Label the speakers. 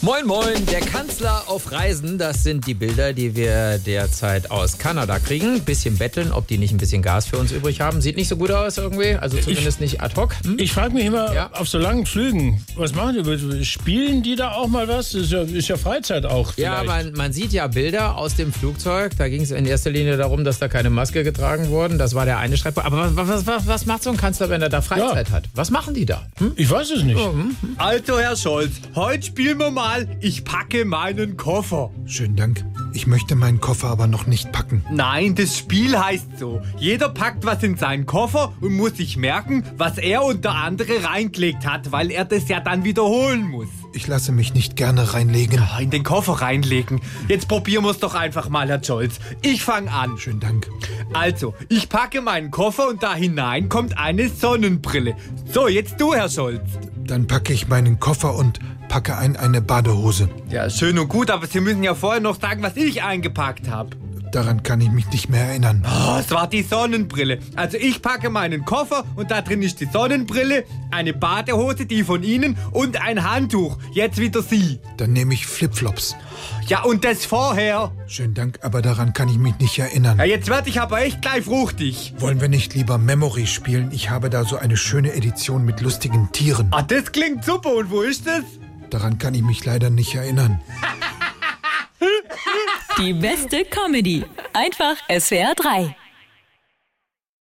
Speaker 1: Moin, moin, der Kanzler auf Reisen, das sind die Bilder, die wir derzeit aus Kanada kriegen. Bisschen betteln, ob die nicht ein bisschen Gas für uns übrig haben. Sieht nicht so gut aus irgendwie, also zumindest nicht ad hoc. Hm?
Speaker 2: Ich frage mich immer,
Speaker 1: Ja.
Speaker 2: auf so langen Flügen, was machen die? Spielen die da auch mal was? Das ist ja, ist ja Freizeit auch.
Speaker 1: Ja,
Speaker 2: vielleicht.
Speaker 1: man, man sieht ja Bilder aus dem Flugzeug. Da ging es in erster Linie darum, dass da keine Maske getragen wurden. Das war der eine Streitpunkt. Aber was, was, was, was macht so ein Kanzler, wenn er da Freizeit hat? Was machen die da? Hm?
Speaker 2: Ich weiß es nicht.
Speaker 3: Also, Herr Scholz, heute spielen wir mal Ich packe meinen Koffer.
Speaker 4: Schönen Dank. Ich möchte meinen Koffer aber noch nicht packen.
Speaker 3: Nein, das Spiel heißt so. Jeder packt was in seinen Koffer und muss sich merken, was er unter andere reingelegt hat, weil er das ja dann wiederholen muss. Ah,
Speaker 4: Ich lasse mich nicht gerne reinlegen.
Speaker 3: In den Koffer reinlegen. Jetzt probieren wir es doch einfach mal, Herr Scholz. Ich fange an.
Speaker 4: Schönen Dank.
Speaker 3: Also, ich packe meinen Koffer und da hinein kommt eine Sonnenbrille. So, jetzt du, Herr Scholz.
Speaker 4: Dann packe ich meinen Koffer und packe ein eine Badehose.
Speaker 3: Ja, schön und gut, aber Sie müssen ja vorher noch sagen, was ich eingepackt habe.
Speaker 4: Daran kann ich mich nicht mehr erinnern.
Speaker 3: Oh, es war die Sonnenbrille. Also ich packe meinen Koffer und da drin ist die Sonnenbrille, eine Badehose, die von Ihnen und ein Handtuch. Jetzt wieder Sie.
Speaker 4: Dann nehme ich Flipflops.
Speaker 3: Ja, und das vorher.
Speaker 4: Schönen Dank, aber daran kann ich mich nicht
Speaker 3: Ja,
Speaker 4: erinnern.
Speaker 3: jetzt werde ich aber echt gleich fruchtig.
Speaker 4: Wollen wir nicht lieber Memory spielen? Ich habe da so eine schöne Edition mit lustigen Tieren.
Speaker 3: Ah, das klingt super. Und wo ist das?
Speaker 4: Daran kann ich mich leider nicht erinnern.
Speaker 5: Die beste Comedy. Einfach SWR 3.